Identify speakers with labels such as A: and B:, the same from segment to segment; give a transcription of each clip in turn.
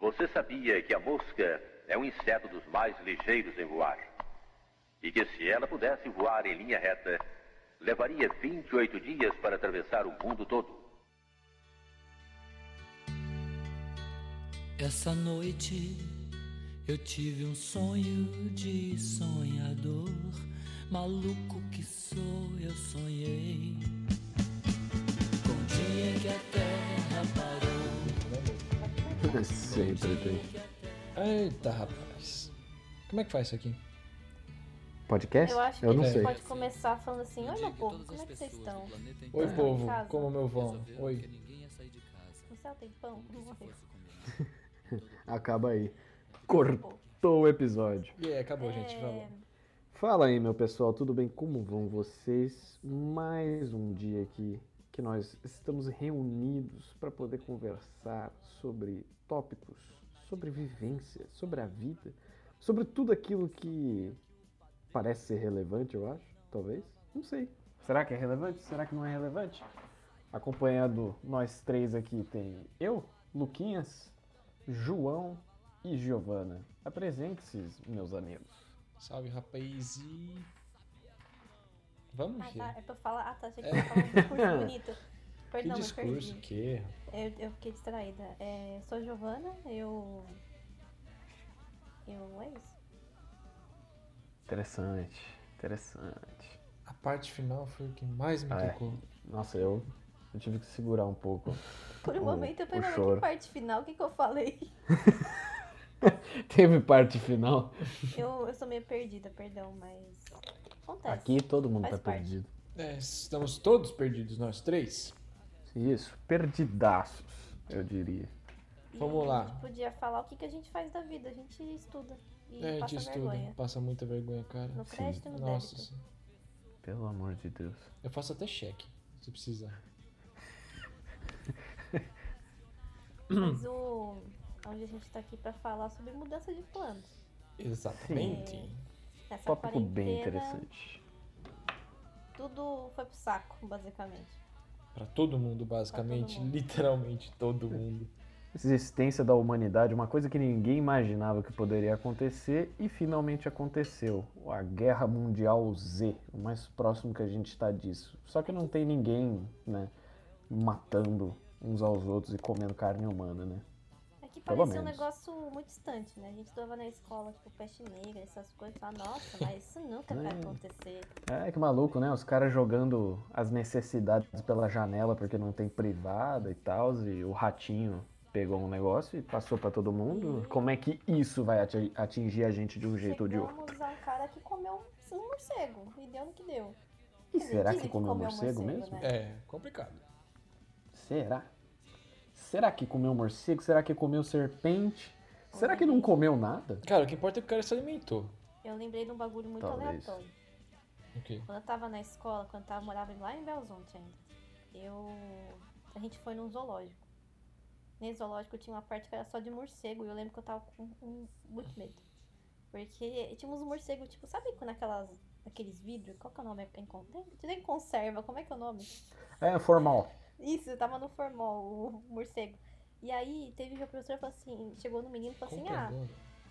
A: Você sabia que a mosca é um inseto dos mais ligeiros em voar? E que se ela pudesse voar em linha reta, levaria 28 dias para atravessar o mundo todo.
B: Essa noite eu tive um sonho de sonhador. Maluco que sou, eu sonhei. Com o dia que a terra parou.
C: Sempre tem.
D: Eita, rapaz. Como é que faz isso aqui?
C: Podcast?
E: Eu acho que
C: Eu não
E: a gente
C: sei.
E: pode começar falando assim, oi
B: Dia
E: meu
B: que
E: povo,
B: todas
E: como é
B: as
E: que vocês
B: pessoas do
E: estão?
B: planeta
D: Oi,
B: inteiro
D: povo.
E: Casa.
D: Como é meu vão?
B: resolveram que
D: Oi.
B: ninguém ia sair de casa,
E: No céu tem pão?
B: como que
E: Não
B: se
E: vou ver.
B: fosse comigo.
C: Acaba aí. Cortou o episódio.
D: E aí, acabou,
E: É.
D: gente. Vamos.
C: Fala aí, meu pessoal, tudo bem? Como vão vocês? Mais um dia aqui que nós estamos reunidos para poder conversar sobre tópicos, sobre vivência, sobre a vida, sobre tudo aquilo que parece ser relevante, eu acho, talvez. Não sei. Será que é relevante? Será que não é relevante? Acompanhando nós três aqui tem eu, Luquinhas, João e Giovana. Apresente-se, meus amigos.
D: Salve, rapaz. E... Vamos
E: Ah,
D: ver.
E: tá, é pra falar. Ah, tá, achei que eu ia falar um discurso bonito.
D: Que
E: Perdão, me
D: discurso
E: perdi.
D: que...
E: Eu, eu fiquei distraída. É, sou Giovana, eu. Eu. É isso.
C: Interessante, interessante.
D: A parte final foi o que mais me
C: Ah, é.
D: tocou.
C: Nossa, eu, eu tive que segurar um pouco.
E: Por um
C: O-
E: momento eu
C: o
E: falei, mas que
C: choro.
E: parte final, o que, que eu falei?
C: Teve parte final.
E: Eu, eu sou meio perdida, perdão, mas. Acontece.
C: Aqui todo mundo
E: Faz
C: tá
E: parte.
C: perdido.
D: É, estamos todos perdidos, nós três.
C: Isso, perdidaços, eu diria.
E: E
D: vamos
E: A
D: lá.
E: gente podia falar o que, que a gente faz da vida. A gente estuda e
D: É, a
E: passa
D: gente estuda.
E: vergonha.
D: Passa muita vergonha, cara.
E: No
C: Sim.
E: crédito e no
D: Nossa,
E: um débito.
D: sim.
C: Pelo amor de Deus.
D: eu faço até cheque, se precisar.
E: Mas o. Onde a gente tá aqui pra falar sobre mudança de planos.
D: Exatamente.
E: Nessa
C: Tópico bem
E: quarentena,
C: interessante.
E: Tudo foi pro saco, basicamente.
D: Pra todo mundo, basicamente.
E: mundo.
D: Literalmente todo mundo.
C: Existência da humanidade, uma coisa que ninguém imaginava que poderia acontecer e finalmente aconteceu. A Guerra Mundial Z, o mais próximo que a gente está disso. Só que não tem ninguém, né, matando uns aos outros e comendo carne humana, né?
E: É que
C: Pelo
E: parecia um
C: menos.
E: negócio muito distante, né? A gente estudava na escola, tipo, peste negra, essas coisas. Falava, nossa, mas isso nunca vai
C: Hum.
E: acontecer.
C: É que maluco, né? Os caras jogando as necessidades pela janela porque não tem privada e tal, e o ratinho pegou um negócio e passou pra todo mundo.
E: E-
C: Como é que isso vai ati- atingir a gente de um jeito ou de outro?
E: Chegamos a um cara que comeu um um morcego e deu no que deu.
C: E
E: Quer dizer,
C: será
E: dizem
C: que comeu um morcego mesmo?
E: né?
D: É, complicado.
C: Será? Será que comeu morcego? Será que comeu serpente? Será que não comeu nada?
D: Cara, o que importa é que o cara se alimentou.
E: Eu lembrei de um bagulho muito
C: Talvez.
E: aleatório.
D: Ok.
E: Quando eu tava na escola, quando eu tava, morava lá em Belzonte ainda, eu. A gente foi num zoológico. Nesse zoológico tinha uma parte que era só de morcego e eu lembro que eu tava com um- muito medo. Porque tinha uns morcegos, tipo, sabe quando aquelas. Aqueles vidros, qual que é o nome? É em con- nem- Nem conserva, como é que é o nome?
C: É formal.
E: Isso, eu tava no formol, o morcego. E aí teve meu professor falou assim, chegou no menino e falou assim, ah,
D: Compagão.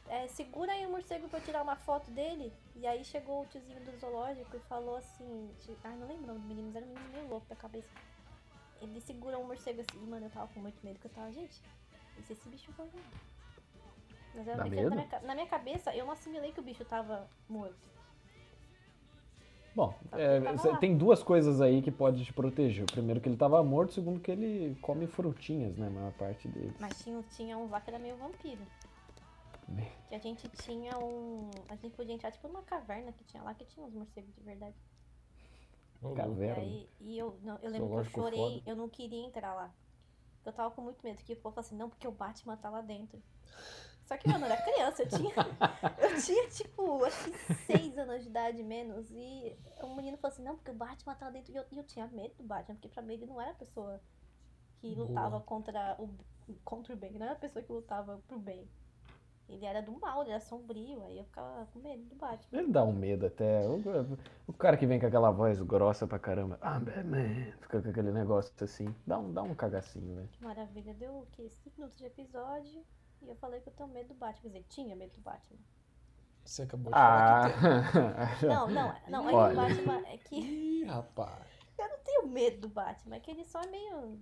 E: é, segura aí o morcego pra eu tirar uma foto dele. E aí chegou o tiozinho do zoológico e falou assim. ti- Ai, não lembro o nome do menino, mas era um menino meio louco da cabeça. Ele segura o morcego assim, e, mano, eu tava com muito medo que eu tava, gente, e se esse bicho for ver?" Mas era
C: Dá
E: é que na,
C: medo?
E: minha, ca- na minha cabeça, eu não assimilei que o bicho tava morto.
C: Bom,
E: Tá,
C: é,
E: tava
C: cê-
E: lá.
C: tem duas coisas aí que pode te proteger. O primeiro que ele tava morto, o segundo que ele come frutinhas, né? A maior parte deles.
E: Mas tinha, tinha um lá que era meio vampiro.
C: Bem.
E: Que a gente tinha um. A gente podia entrar tipo numa caverna que tinha lá que tinha uns morcegos de verdade.
D: Ô, louco.
E: E
C: Caverna.
E: aí, e eu, não, eu lembro que eu
C: Zoológico
E: chorei,
C: foda.
E: eu não queria entrar lá. Eu tava com muito medo, que o povo falou assim, não, porque o Batman tá lá dentro. Só que, mano, eu era criança, eu tinha, eu tinha, tipo, acho que seis anos de idade menos. E um menino falou assim, não, porque o Batman tá lá dentro. E eu, e eu tinha medo do Batman, porque pra mim ele não era a pessoa que
D: Boa.
E: lutava contra o, contra o bem. Não era a pessoa que lutava pro bem. Ele era do mal, ele era sombrio. Aí eu ficava com medo do Batman.
C: Ele dá um medo até. O, o cara que vem com aquela voz grossa pra caramba. Ah, Batman. Fica com aquele negócio assim. Dá um, dá um cagacinho, velho.
E: Que maravilha, deu o quê? 5 minutos de episódio. E eu falei que eu tenho medo do Batman. Quer dizer, tinha medo do Batman.
F: Você acabou de
C: Ah,
F: falar que tem.
E: Não, não, não, é que
C: Olha.
E: o Batman é que
F: Ih, rapaz.
E: eu não tenho medo do Batman, é que ele só é meio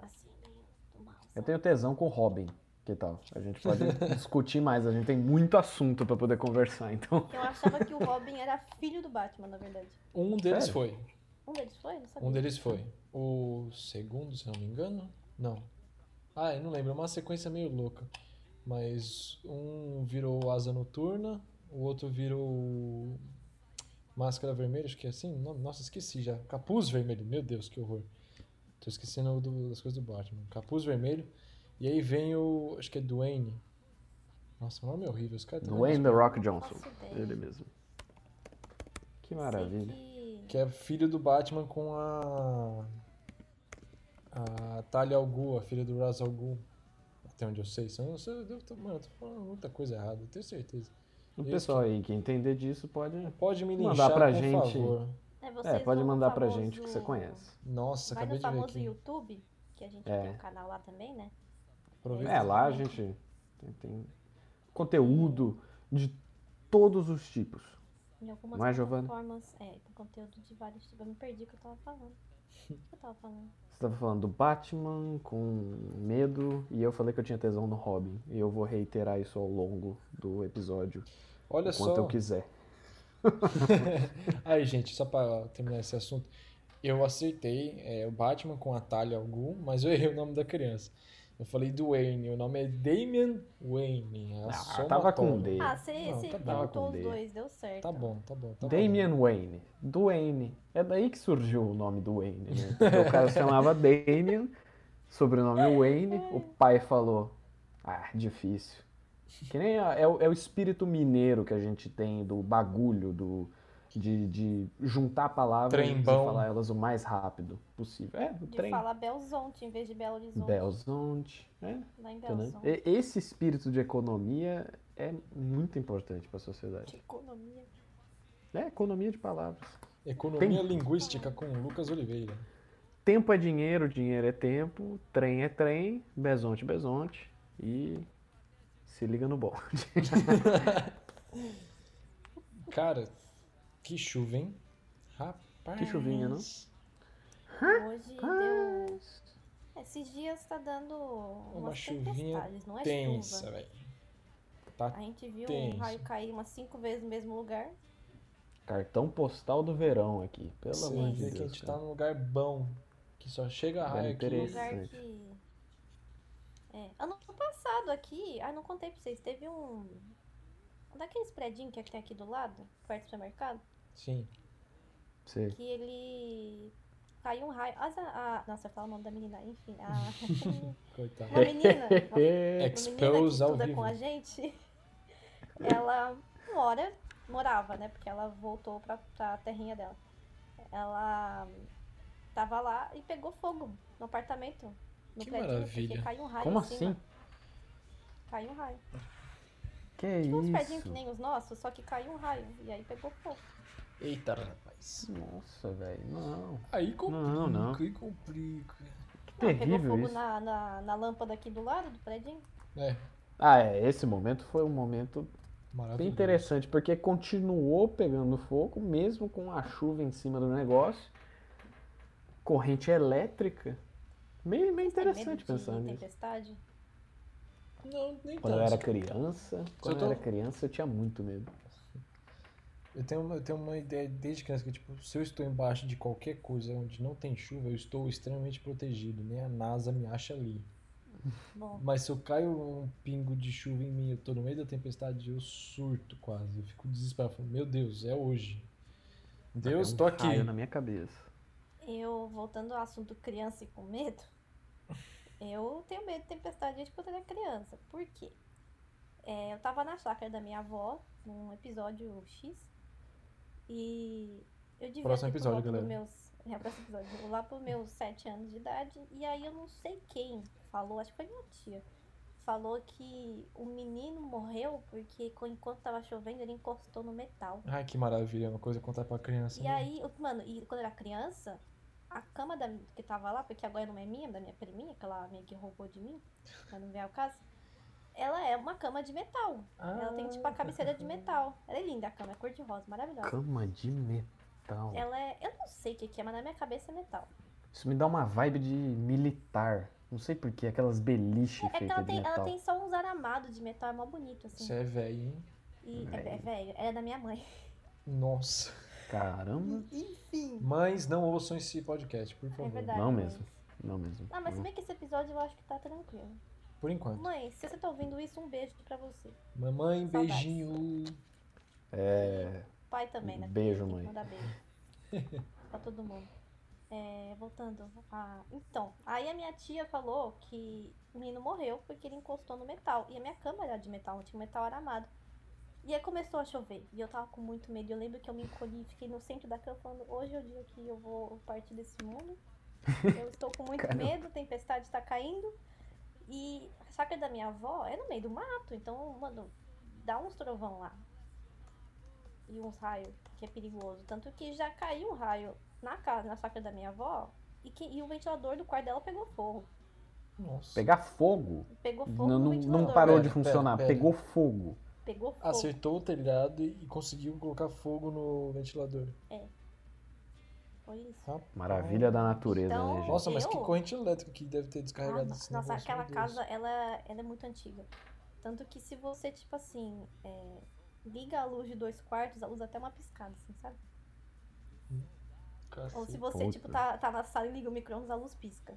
E: assim, meio do mal.
C: eu
E: sabe?
C: tenho tesão com o Robin. Que tal? A gente pode discutir mais, a gente tem muito assunto pra poder conversar, então.
E: Eu achava que o Robin era filho do Batman, na verdade.
F: Um deles
C: Sério?
F: foi.
E: Um deles foi? Não sabia.
F: Um deles foi. O segundo, se não me engano. Não. Ah, eu não lembro. É uma sequência meio louca. Mas um virou Asa Noturna, o outro virou Máscara Vermelha, acho que é assim. No- Nossa, esqueci já. Capuz Vermelho, meu Deus, que horror. Tô esquecendo do- das coisas do Batman. Capuz Vermelho. E aí vem o. Acho que é Duane. Nossa, o nome é horrível. Os caras têm um
C: Dwayne The
F: negócio-
C: Rock Johnson.
E: Faço ideia.
C: Ele mesmo. Que
E: Sei
C: maravilha.
E: que-
F: Que é filho do Batman com a. A Talia al Ghul, a filha do Ra's al Ghul. Até onde eu sei. Se eu não sei, eu devo tô, mano, eu tô falando muita coisa errada, eu tenho certeza.
C: O
F: Isso.
C: pessoal aí que entender disso pode.
F: Pode me
C: Mandar
F: linchar,
C: pra
F: por
C: gente.
F: favor.
E: É,
C: É,
E: vocês
C: pode
E: vão no
C: mandar pra
E: famoso-
C: gente que você conhece.
F: Nossa,
E: Vai
F: acabei
E: no
F: de ver
E: famoso
F: aqui.
E: YouTube, que a gente
C: É.
E: tem um canal lá também, né?
F: Aproveita.
C: É, lá a gente tem, tem conteúdo de todos os tipos.
E: Em algumas
C: Não é, Giovana?
E: plataformas. É, tem conteúdo de vários tipos. Eu me perdi o que eu tava falando. O que eu tava falando?
C: Você tava falando do Batman com medo e eu falei que eu tinha tesão no Robin. E eu vou reiterar isso ao longo do episódio,
F: Olha
C: enquanto
F: só.
C: eu quiser.
F: Aí, gente, só pra terminar esse assunto, eu acertei é, o Batman com a Talia al Ghul, mas eu errei o nome da criança. Eu falei Duane, o nome é Damian Wayne. É a
C: Ah, tava com
F: somatória.
C: D.
E: Ah, você
F: Não,
E: você
F: tá bom.
E: perguntou
C: Com
E: os
C: D.
E: dois, deu certo.
F: Tá bom, tá bom,
E: Então,
F: tá bom.
C: Damian Wayne, Duane. É daí que surgiu o nome do Wayne, né? Porque o cara se chamava Damian, sobrenome Wayne. O pai falou: Ah, difícil. Que nem a- é, o- é o espírito mineiro que a gente tem do bagulho, do, de, de juntar palavras
F: Trembão.
C: e falar elas o mais rápido possível. É, o
E: De
C: trem.
E: falar Belzonte em vez de Belo Horizonte.
C: Belzonte. É,
E: Lá em
C: entendeu?
E: Belzonte.
C: E- Esse espírito de economia é muito importante para a
E: De
C: sociedade.
E: economia.
C: É economia de palavras.
F: Economia Linguística com Lucas Oliveira.
C: Tempo é dinheiro, dinheiro é tempo, trem é trem, besonte, besonte e se liga no bonde.
F: Cara, que chuva, hein? Rapaz.
C: Que chuvinha, não?
E: Hoje deu. Esses dias tá dando
F: Uma
E: umas
F: chuvinha
E: tempestades, não é
F: Tensa,
E: chuva.
F: velho.
E: A gente viu
F: tensa.
E: um raio cair umas cinco vezes no mesmo lugar.
C: Cartão postal do verão aqui, pelo
F: Você
C: amor de
F: vê
C: Deus.
F: que a gente tá
C: cara.
F: num lugar bom. Que só chega
C: Dá
F: raio aqui.
E: Um
C: interesse.
E: lugar
C: Interessante.
E: que. É. Ano passado aqui. Ah, não contei pra vocês. Teve um. um Daqueles predinhos que tem aqui do lado, perto do supermercado,
F: Sim.
C: Sei.
E: que ele. Caiu um raio. As- a- Nossa, eu falo o nome da menina. Enfim, a.
F: Coitado.
E: Uma menina, uma
C: É,
E: uma menina que
F: Expose ao
E: estuda
F: vivo.
E: com a gente, ela mora, morava, né? Porque ela voltou pra, pra terrinha dela. Ela tava lá e pegou fogo no apartamento. No
F: Que
E: prédio,
F: maravilha.
E: Porque caiu um raio
C: Como
E: em cima.
C: assim?
E: Caiu um raio.
C: Que é
E: Tipo uns prédios que
C: isso?
E: nem os nossos, só que caiu um raio. E aí pegou fogo. Ah,
F: Eita, rapaz.
C: Nossa, velho, não.
F: Aí complica,
C: Não, não.
F: aí complica.
C: Que
E: pegou
C: terrível
E: fogo
C: isso.
E: na, na, na lâmpada aqui do lado do prédio.
F: É,
C: Ah, é, esse momento foi um momento bem
F: maravilhoso.
C: interessante, porque continuou pegando fogo, mesmo com a chuva em cima do negócio, corrente elétrica. Meio, meio interessante pensar nisso.
E: tempestade.
F: Não, nem
C: Quando eu
F: tanto.
C: era criança, quando eu
F: tô-
C: era criança eu tinha muito medo.
F: Eu tenho, uma- eu tenho uma ideia desde criança que, tipo, se eu estou embaixo de qualquer coisa onde não tem chuva, eu estou extremamente protegido, nem a NASA me acha ali.
E: Bom,
F: Mas se eu caio um pingo de chuva em mim, eu tô no meio da tempestade, eu surto quase. Eu fico desesperado. falo, Meu Deus, é hoje. Deus,
C: É um
F: tô aqui.
C: raio na minha cabeça.
E: Eu, voltando ao assunto criança e com medo, eu tenho medo de tempestade desde quando eu era criança. Por quê? É, eu tava na chácara da minha avó, num episódio X, e eu devia
F: Próximo
E: ter por
F: episódio,
E: volta
F: galera.
E: dos meus- é, próximo episódio, lá pros meus sete anos de idade, e aí eu não sei quem falou, acho que foi minha tia, falou que o menino morreu porque co- enquanto tava chovendo ele encostou no metal.
F: Ai, que maravilha, é uma coisa contar pra criança.
E: E
F: né?
E: aí, eu- mano, e quando eu era criança, a cama da, que tava lá, porque agora não é minha, da minha priminha, que ela meio que roubou de mim, mas não vem ao caso. Ela é uma cama de metal.
F: Ah,
E: Ela tem tipo a cabeceira de metal. Ela é linda a cama, é cor de rosa, maravilhosa.
C: Ah. Cama de metal.
E: Ela é. Eu não sei o que, que é, mas na minha cabeça é metal.
C: Isso me dá uma vibe de militar. Não sei porquê, aquelas beliche
E: É que
C: feitas de
E: ela tem, ela
C: metal.
E: tem só uns aramados de metal, é mó bonito, assim.
D: Você é velho, hein?
E: E é, é velho, ela é da minha mãe.
D: Nossa.
C: Caramba.
E: Enfim.
D: Mas não ouçam esse podcast, por
E: É
D: favor.
E: verdade.
C: Não
E: mãe.
C: mesmo. Não mesmo.
E: Ah, mas se bem que esse episódio eu acho que tá tranquilo.
D: Por enquanto.
E: Mãe, se você tá ouvindo isso, um beijo pra você.
D: Mamãe,
E: Saudades.
D: beijinho.
E: Pai também, né?
C: Beijo,
E: Tem que
C: mãe.
E: Mandar beijo. pra todo mundo. É, voltando. a- Então, aí a minha tia falou que o menino morreu porque ele encostou no metal. E a minha cama era de metal, não tinha um metal aramado. E aí começou a chover. E eu tava com muito medo. Eu lembro que eu me encolhi, fiquei no centro da cama falando, hoje é o dia que eu vou partir desse mundo. Eu estou com muito
C: Caramba.
E: medo, tempestade tá caindo. E a chácara da minha avó é no meio do mato, então, mano, dá uns trovão lá. E uns raios, que é perigoso. Tanto que já caiu um raio na casa, na chácara da minha avó, e, que, e o ventilador do quarto dela pegou fogo.
D: Nossa.
C: Pegar fogo.
E: Pegou fogo
C: Não,
E: no
C: não,
E: ventilador.
C: não parou
D: Pera,
C: de
D: pera,
C: funcionar.
D: pera.
C: Pegou fogo.
E: Pegou fogo.
D: Acertou o telhado e e conseguiu colocar fogo no ventilador.
E: Foi isso.
F: Tá?
D: Rapaz.
C: Maravilha da natureza,
E: Então,
C: né, gente?
D: Nossa, mas que
E: Eu?
D: corrente elétrica que deve ter
E: Ah,
D: descarregado
E: no-
D: esse
E: nossa,
D: negócio,
E: aquela
D: meu Deus.
E: casa, ela, ela é muito antiga. Tanto que se você, tipo assim, é, liga a luz de dois quartos, a luz dá até uma piscada, assim, sabe?
D: Cacete.
E: Ou se você,
C: puta. É.
E: tipo, tá, tá na sala e liga o micro-ondas, a luz pisca.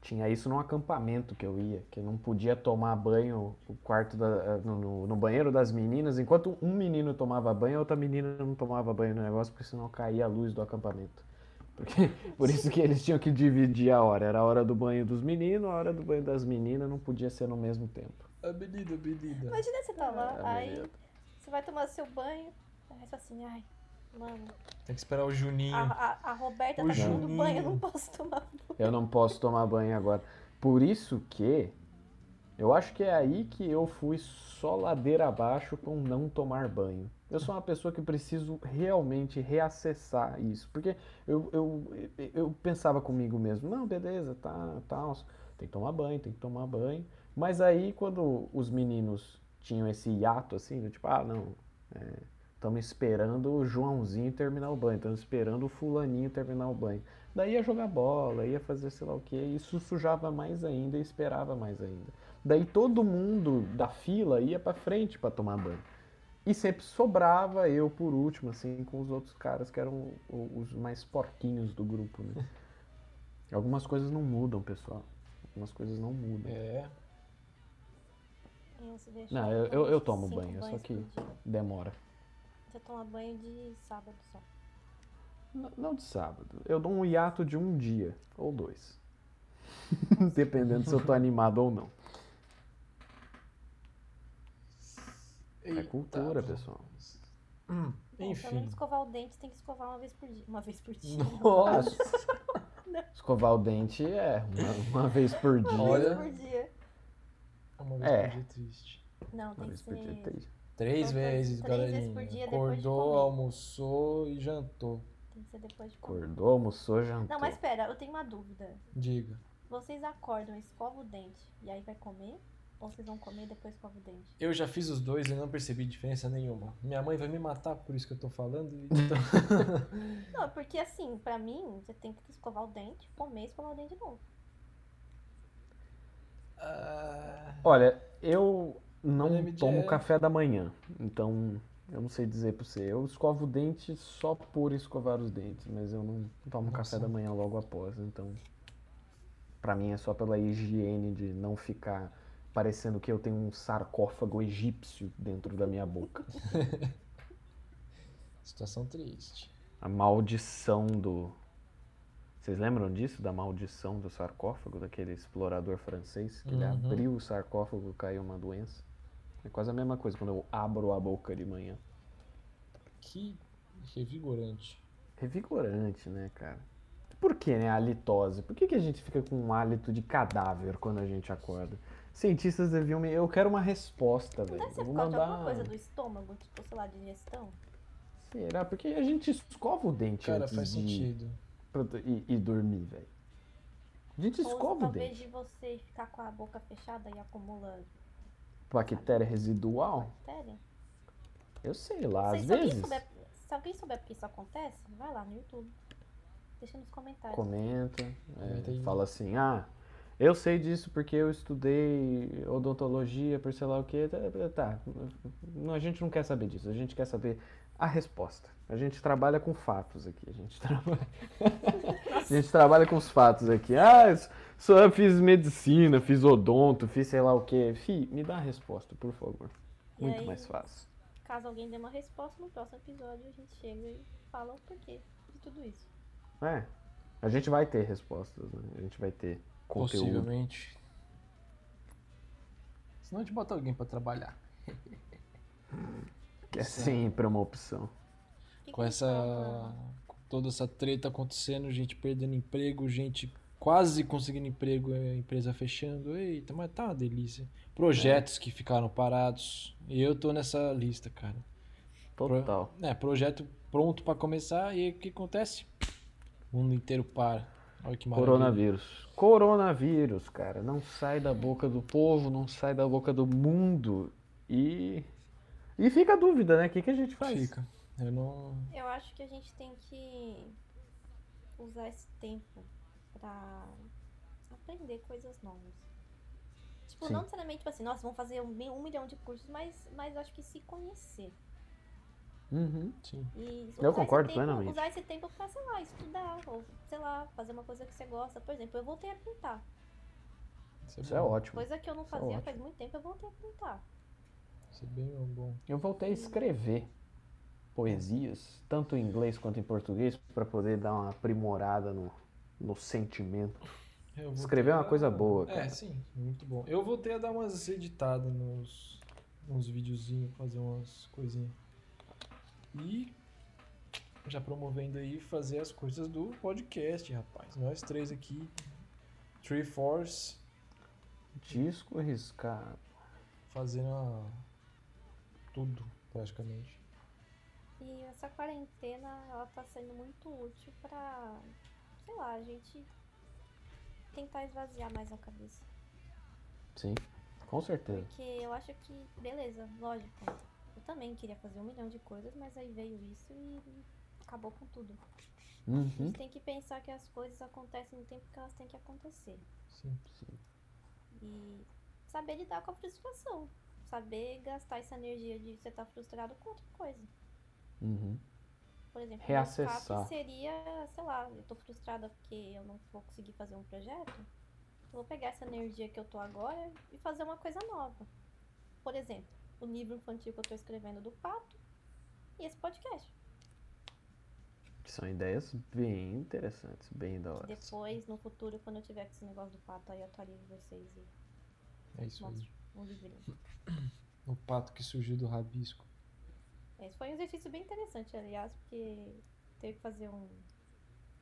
C: Tinha isso num acampamento que eu ia, que eu não podia tomar banho o quarto da- eh, no, no- no banheiro das meninas, enquanto um menino tomava banho, a outra menina não tomava banho no negócio, porque senão caía a luz do acampamento. Porque, por isso que eles tinham que dividir a hora. Era a hora do banho dos meninos, a hora do banho das meninas, não podia ser no mesmo tempo.
D: Avenida, avenida.
E: Imagina você tá lá,
C: Ah,
E: aí
C: beleza.
E: você vai tomar seu banho, aí você assim, ai, mano,
D: Tem que esperar o Juninho.
E: a, a, a Roberta
D: O
E: tá tomando
D: Juninho.
E: banho, eu não posso tomar
C: Eu não posso tomar banho agora. Por isso que eu acho que é aí que eu fui só ladeira abaixo com não tomar banho. Eu sou uma pessoa que preciso realmente reacessar isso. Porque eu, eu, eu pensava comigo mesmo, não, beleza, tá, tal, tem que tomar banho, tem que tomar banho. Mas aí quando os meninos tinham esse hiato assim, do tipo, ah, não, estamos esperando o Joãozinho terminar o banho, estamos esperando o fulaninho terminar o banho. Daí ia jogar bola, ia fazer sei lá o que, isso sujava mais ainda e esperava mais ainda. Daí todo mundo da fila ia pra frente pra tomar banho. E sempre sobrava eu por último, assim, com os outros caras que eram o- os mais porquinhos do grupo, né? Algumas coisas não mudam, pessoal. Algumas coisas não mudam.
D: É.
E: banho. se deixar,
C: Não, eu-
E: toma
C: eu- eu tomo
E: cinco
C: banho, só
E: banhos
C: que-
E: por dia.
C: Demora.
E: Você toma banho de sábado só. É,
C: N- Não de sábado. Eu dou um hiato de um dia ou dois. Dependendo se eu tô animado ou não. É
D: Eita,
C: É cultura,
D: vó.
C: pessoal.
D: Hum,
E: Bom, Pelo menos
D: Enfim.
E: escovar o dente tem que escovar uma vez por dia. Uma vez por dia.
D: Nossa.
C: Escovar o dente é uma, uma vez por dia.
E: Uma vez
D: Olha.
E: por dia.
D: Uma vez
C: É.
D: por dia triste.
E: Não,
C: Uma
E: tem que
C: vez por dia.
E: ser.
C: tem-
D: Três
E: Então,
D: vezes,
E: três
D: galerinha.
E: vezes por dia, depois de
D: Acordou,
E: comer.
D: almoçou e jantou.
E: Tem que ser depois de comer.
C: Acordou, almoçou, jantou.
E: Não, mas pera, eu tenho uma dúvida.
D: Diga.
E: Vocês acordam, escovam o dente e aí vai comer? Ou vocês vão comer e depois escovam o dente?
D: Eu já fiz os dois e não percebi diferença nenhuma. Minha mãe vai me matar por isso que eu tô falando. Então...
E: Não, é porque assim, pra mim, você tem que escovar o dente, comer e escovar o dente de novo.
D: Ah,
C: Olha, eu
D: Olha,
C: não
D: me
C: tomo
D: diz.
C: café da manhã. Então, eu não sei dizer pra você. Eu escovo o dente só por escovar os dentes. Mas eu não tomo café
D: Nossa.
C: da manhã logo após. Então, pra mim é só pela higiene de não ficar parecendo que eu tenho um sarcófago egípcio dentro da minha boca.
D: situação triste.
C: A maldição do. Vocês lembram disso? Da maldição do sarcófago, daquele explorador francês? Que ele
D: Uhum.
C: abriu o sarcófago e caiu uma doença. É quase a mesma coisa quando eu abro a boca de manhã.
D: Que revigorante.
C: Revigorante, É né, cara? Por que, né, a halitose? Por que, que a gente fica com um hálito de cadáver quando a gente acorda? Cientistas deviam me. Eu quero uma resposta,
E: Não
C: velho.
E: deve
C: Eu
E: ser
C: vou
E: por causa de alguma
C: mandar.
E: coisa do estômago, tipo, sei lá, digestão?
C: Será? Porque a gente escova o dente
D: Cara,
C: antes
D: faz
C: de
D: sentido.
C: pra- e, e dormir, velho. A gente
E: Ou
C: escova o
E: talvez
C: dente.
E: de você ficar com a boca fechada e acumula
C: Bactéria residual?
E: Bactéria.
C: Eu sei lá,
E: Sei,
C: às
E: se, alguém
C: vezes.
E: souber, se alguém souber porque isso acontece, vai lá no YouTube. Deixa nos comentários.
C: Comenta, é,
F: Comenta aí.
C: fala assim, ah, eu sei disso porque eu estudei odontologia por sei lá o que. Tá, não, a gente não quer saber disso, a gente quer saber a resposta. A gente trabalha com fatos aqui, a gente trabalha, a gente trabalha com os fatos aqui. Ah, eu só eu fiz medicina, fiz odonto, fiz sei lá o que. Fih, me dá a resposta, por favor.
E: E
C: Muito
E: aí,
C: mais fácil.
E: Caso alguém dê uma resposta, no próximo episódio a gente chega e fala o porquê de tudo isso.
C: É, a gente vai ter respostas, né? A gente vai ter conteúdo.
F: Possivelmente. Senão a gente bota alguém pra trabalhar.
C: Que é sempre uma opção.
E: O que que
F: Com
E: a gente tá
F: essa.
E: fala na-
F: com toda essa treta acontecendo, gente perdendo emprego, gente quase conseguindo emprego, a empresa fechando. Eita, mas tá uma delícia. Projetos
C: É.
F: que ficaram parados. E eu tô nessa lista, cara. Pro-
C: Total.
F: É, projeto pronto pra começar e o que acontece? O mundo inteiro para. Olha que maravilha.
C: Coronavírus. Coronavírus, cara. Não sai da boca do povo, não sai da boca do mundo. E. E fica a dúvida, né? O que, que a gente faz?
F: Fica. Eu não.
E: Eu acho que a gente tem que usar esse tempo pra aprender coisas novas. Tipo,
F: Sim.
E: não necessariamente tipo assim, nossa, vamos fazer um, mi- um milhão de cursos, mas, mas acho que se conhecer.
C: Uhum.
F: Sim.
E: E
C: Eu
E: usar
C: concordo
E: esse tempo,
C: plenamente.
E: Usar esse tempo pra, sei lá, estudar, ou sei lá, fazer uma coisa que você gosta. Por exemplo, eu voltei a pintar.
C: Isso é
F: bom.
C: ótimo.
E: Coisa que eu não
C: Isso é
E: fazia
C: ótimo.
E: faz muito tempo, eu voltei a pintar.
F: Isso é bem bom.
C: Eu voltei a escrever poesias, tanto em inglês quanto em português, pra poder dar uma aprimorada no, no sentimento.
F: Eu vou
C: Escrever é uma
F: ter-
C: coisa boa,
F: É,
C: cara.
F: sim, muito bom. Eu voltei a dar umas editadas nos uns videozinhos, fazer umas coisinhas. E já promovendo aí fazer as coisas do podcast, rapaz. Nós três aqui, Three Force,
C: Disco riscado.
F: fazendo a- tudo, praticamente.
E: E essa quarentena, ela tá sendo muito útil pra, sei lá, a gente tentar esvaziar mais a cabeça.
C: Sim, com certeza.
E: Porque eu acho que, beleza, lógico. Eu também queria fazer um milhão de coisas, mas aí veio isso e acabou com tudo. A
C: Uhum.
E: gente tem que pensar que as coisas acontecem no tempo que elas têm que acontecer.
F: Sim.
E: E saber lidar com a frustração. Saber gastar essa energia de você estar frustrado com outra coisa.
C: Uhum.
E: Por exemplo, meu
C: Reacessar.
E: escape seria, sei lá, eu tô frustrada porque eu não vou conseguir fazer um projeto. Eu vou pegar essa energia que eu tô agora e fazer uma coisa nova. Por exemplo, o livro infantil que eu tô escrevendo do Pato e esse podcast.
C: São ideias bem interessantes, bem da hora.
E: Depois, no futuro, quando eu tiver com esse negócio do Pato, aí eu atualizo vocês e
F: É isso aí.
E: mostro um livrinho.
F: O pato que surgiu do rabisco.
E: Esse foi um exercício bem interessante, aliás, porque teve que fazer um,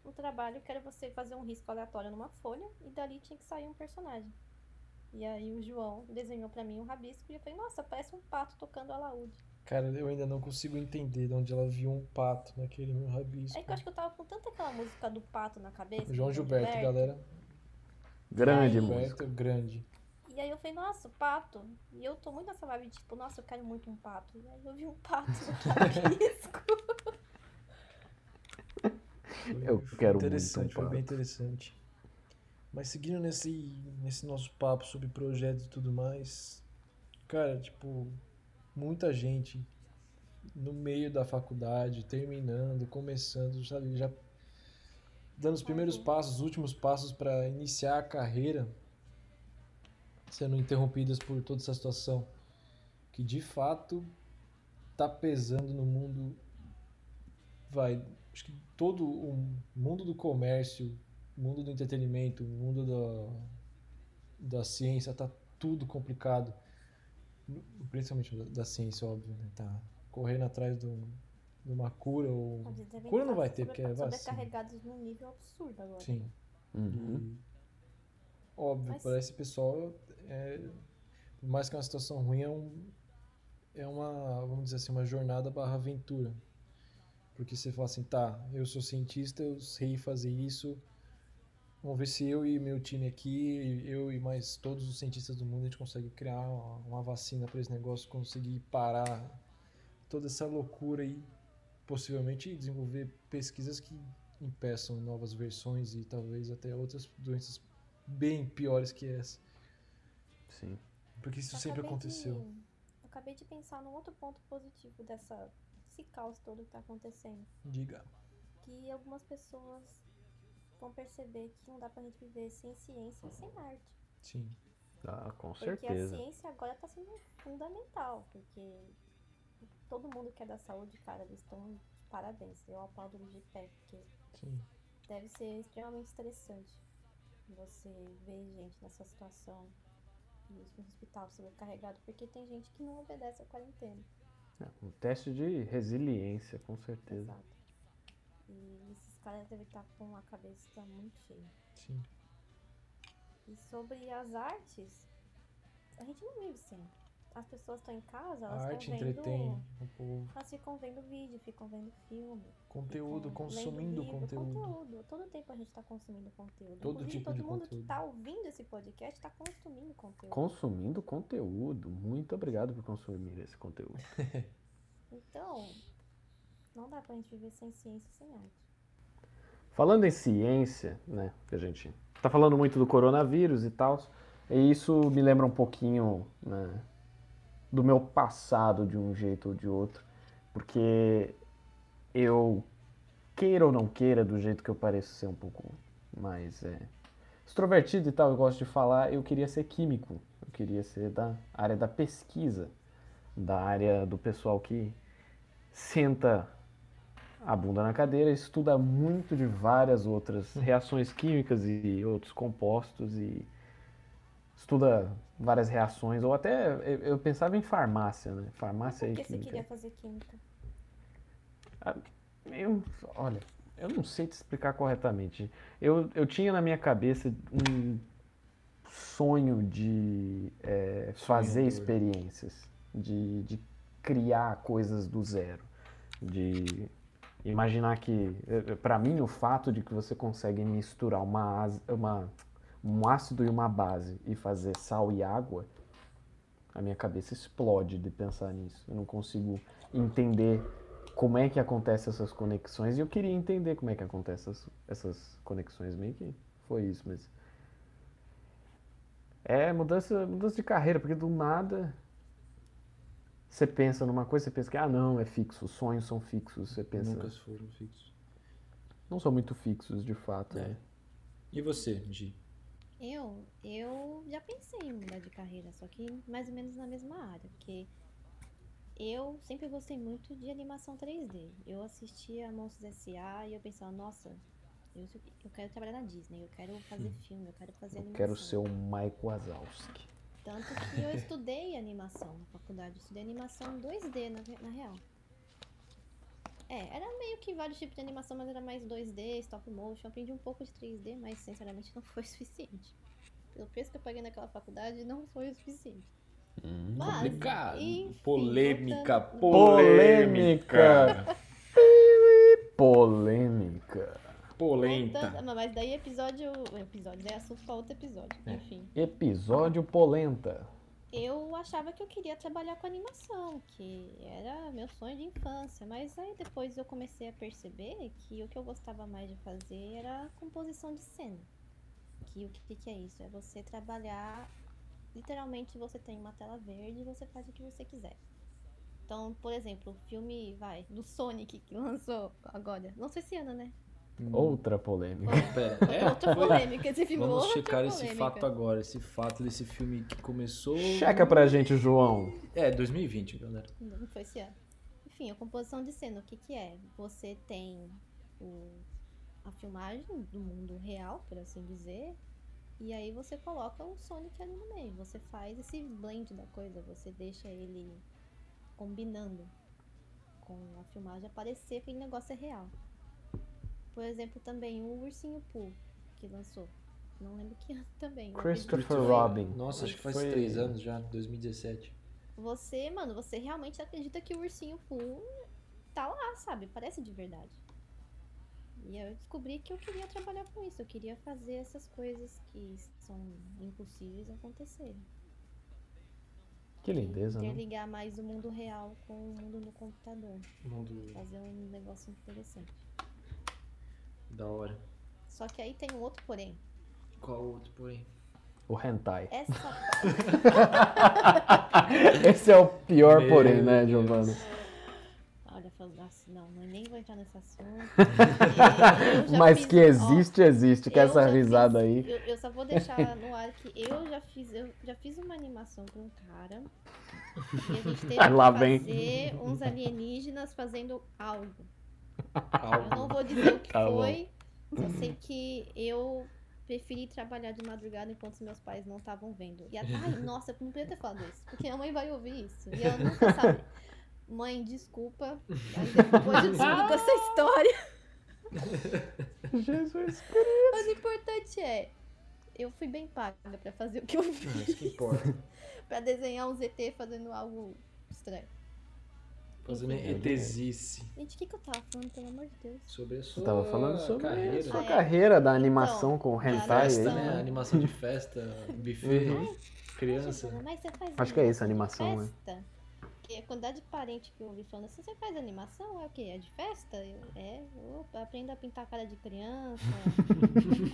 E: um trabalho que era você fazer um risco aleatório numa folha e dali tinha que sair um personagem. E aí o João desenhou pra mim um rabisco e eu falei, nossa, parece um pato tocando alaúde.
F: Cara, eu ainda não consigo entender de onde ela viu um pato naquele meu rabisco.
E: É que eu acho que eu tava com tanta aquela música do pato na cabeça. né,
F: João
E: do
F: Gilberto, galera.
C: Grande
F: É.
E: Aí-
C: música.
F: Gilberto grande.
E: E aí eu falei, nossa, pato. E eu tô muito nessa vibe, tipo, nossa, eu quero muito um pato. E aí eu vi um pato no rabisco.
F: Foi-
C: Eu
F: foi
C: quero muito um
F: interessante, foi
C: pato.
F: bem interessante. Mas seguindo nesse, nesse nosso papo sobre projetos e tudo mais, cara, tipo, muita gente no meio da faculdade, terminando, começando, sabe, já dando os primeiros
E: Uhum.
F: passos, os últimos passos para iniciar a carreira, sendo interrompidas por toda essa situação que de fato tá pesando no mundo vai, acho que todo o mundo do comércio, mundo do entretenimento, mundo da, da ciência, tá tudo complicado. Principalmente da, da ciência, óbvio, né? Tá correndo atrás de, um- de uma cura ou.
E: Eles devem
F: Cura não
E: estar
F: vai ter, porque é vacina.
E: Sobrecarregados num nível absurdo agora.
F: Sim.
C: Uhum.
F: Óbvio,
E: Mas-
F: para esse pessoal, é, por mais que é uma situação ruim, é, um, é uma, vamos dizer assim, uma jornada barra aventura. Porque você fala assim, tá, eu sou cientista, eu sei fazer isso, Vamos ver se eu e meu time aqui, eu e mais todos os cientistas do mundo, a gente consegue criar uma, uma vacina para esse negócio, conseguir parar toda essa loucura e possivelmente desenvolver pesquisas que impeçam novas versões e talvez até outras doenças bem piores que essa.
C: Sim.
F: Porque isso
E: Eu
F: sempre
E: acabei
F: aconteceu.
E: de- eu acabei de pensar num outro ponto positivo dessa, desse caos todo que tá acontecendo.
F: Diga.
E: Que algumas pessoas vão perceber que não dá pra gente viver sem ciência e sem arte.
F: Sim.
C: Ah, com
E: Porque
C: certeza.
E: a ciência agora tá sendo fundamental, porque todo mundo que é da saúde, cara, eles estão de parabéns. Eu aplaudo eles de pé, porque
F: Sim.
E: deve ser extremamente estressante você ver gente nessa situação e o hospital sobrecarregado, porque tem gente que não obedece à quarentena.
C: É, um teste de resiliência, com certeza.
E: Exato. E esses caras devem estar com a cabeça muito cheia.
F: Sim.
E: E sobre as artes, a gente não vive sem. As pessoas estão em casa,
F: A
E: elas
F: arte
E: estão vendo.
F: entretém o povo.
E: Elas ficam vendo vídeo, ficam vendo filme.
F: Conteúdo,
E: ficam
F: consumindo
E: lendo livro,
F: conteúdo.
E: conteúdo. Todo tempo a gente tá consumindo conteúdo.
F: Todo
E: Inclusive,
F: tipo
E: todo
F: de
E: mundo que
F: conteúdo.
E: tá ouvindo esse podcast tá consumindo conteúdo.
C: Consumindo conteúdo. Muito obrigado por consumir esse conteúdo.
E: Então, não dá pra gente viver sem ciência, e sem arte.
C: Falando em ciência, né, que a gente tá falando muito do coronavírus e tal, e isso me lembra um pouquinho, né, do meu passado de um jeito ou de outro, porque eu, queira ou não queira, do jeito que eu pareço ser um pouco mais é, extrovertido e tal, eu gosto de falar, eu queria ser químico, eu queria ser da área da pesquisa, da área do pessoal que senta a bunda na cadeira estuda muito de várias outras reações químicas e outros compostos e estuda várias reações ou até eu, eu pensava em farmácia, né? Farmácia
E: Por
C: e
E: que você
C: química.
E: queria fazer química?
C: Eu, olha, eu não sei te explicar corretamente. Eu, eu tinha na minha cabeça um sonho de é, fazer
F: Sonhador.
C: experiências, de, de criar coisas do zero, de imaginar que, para mim, o fato de que você consegue misturar uma, as- uma, um ácido e uma base e fazer sal e água, a minha cabeça explode de pensar nisso. Eu não consigo entender como é que acontecem essas conexões e eu queria entender como é que acontecem essas, essas conexões meio que foi isso mas é mudança mudança de carreira porque do nada você pensa numa coisa você pensa que ah não é fixo os sonhos são fixos você pensa Nunca
F: foram fixos.
C: não são muito fixos de fato
F: É.
C: né?
F: E você, Gi?
E: Eu, eu já pensei em mudar de carreira, só que mais ou menos na mesma área, porque eu sempre gostei muito de animação 3D. Eu assistia Monstros S.A. e eu pensava, nossa, eu, eu quero trabalhar na Disney, eu quero fazer filme, eu quero fazer
C: eu
E: animação.
C: quero ser o Mike Wazowski
E: Tanto que eu estudei animação na faculdade, eu estudei animação 2D, na, ve- na real. É, era meio que vários tipos de animação, mas era mais 2D, stop motion. Aprendi um pouco de 3D, mas sinceramente não foi o suficiente. Pelo preço que eu paguei naquela faculdade, não foi o suficiente. mas,
G: Hum, Complicado.
E: enfim,
G: polêmica,
E: voltando-
G: polêmica.
C: polêmica
G: Polenta.
E: voltando- ah, Mas daí episódio. Episódio, é assunto pra outro episódio.
G: É.
E: Enfim.
C: episódio polenta
E: eu achava que eu queria trabalhar com animação, que era meu sonho de infância, mas aí depois eu comecei a perceber que o que eu gostava mais de fazer era a composição de cena. Que o que, que é isso? É você trabalhar, literalmente você tem uma tela verde e você faz o que você quiser. Então, por exemplo, o filme, vai, do Sonic que lançou agora, lançou esse ano, né?
F: Hum.
C: outra polêmica
G: Pera,
E: Outra polêmica, esse filme,
G: É, Vamos
E: outra
G: checar esse
E: polêmica.
G: fato agora, esse fato desse filme que começou.
C: checa pra gente João
G: É, 2020, galera.
E: Não foi esse ano. Enfim, a composição de cena, o que que é? Você tem o, a filmagem do mundo real, por assim dizer, e aí você coloca o Sonic ali no meio. Você faz esse blend da coisa, você deixa ele combinando com a filmagem aparecer que o negócio é real. Por exemplo, também o Ursinho Pooh, que lançou. Não lembro que ano também.
C: Christopher
E: Foi-
C: Robin
F: Nossa, acho que faz
C: Foi-
F: três anos já, 2017.
E: Você, mano, você realmente acredita que o ursinho Pooh tá lá, sabe? Parece de verdade. E eu descobri que eu queria trabalhar com isso, eu queria fazer essas coisas que são impossíveis acontecerem.
C: Que lindeza, né?
E: Interligar mais o mundo real com o mundo no computador.
H: Mundo
F: é.
E: Fazer um negócio interessante.
F: Da hora.
E: Só que aí tem um outro porém.
F: Qual outro, porém?
C: O hentai.
E: Essa
C: Esse é o pior,
F: Meu
C: porém, né,
F: Deus.
C: Giovana?
E: Olha, falou, nossa, não, eu nem vou entrar nesse assunto. Eu já
C: Mas
E: fiz- um-
C: que
E: ó,
C: existe, existe. Com
E: eu
C: é essa
E: já
C: risada
E: fiz-
C: aí.
E: Eu, eu só vou deixar no ar que eu já fiz, eu já fiz uma animação com um cara. E a gente teve que
C: Lá vem.
E: fazer uns alienígenas fazendo algo. Eu não
H: algo.
E: vou dizer o que
C: Tá bom.
E: foi. Só sei que eu preferi trabalhar de madrugada enquanto os meus pais não estavam vendo. E a... Ai, nossa, eu não podia ter falado isso. Porque minha mãe vai ouvir isso. E ela nunca sabe. Mãe, desculpa. Ainda Depois eu desculpa essa história.
C: Jesus.
E: Mas o importante é, eu fui bem paga pra fazer o que eu
F: Ah,
E: fiz.
F: isso que importa.
E: pra desenhar um ZT fazendo algo estranho.
F: Fazendo etesice.
E: Gente, o que, que eu tava falando, pelo amor de Deus?
F: Sobre a sua
C: Você tava falando sobre
F: carreira.
C: sua
E: Ah, é.
C: carreira da animação com o
E: Então, da
C: hentai aí,
E: animação.
C: né?
F: né? Animação de festa, buffet,
E: Ai,
F: criança.
E: Giovana, mas você faz
C: Acho que é isso,
E: animação de
C: animação, né?
E: festa? Porque a quantidade de parente que eu ouvi falando assim, você faz animação? É o quê? É de festa? Eu, é, opa, aprenda a pintar a cara de criança,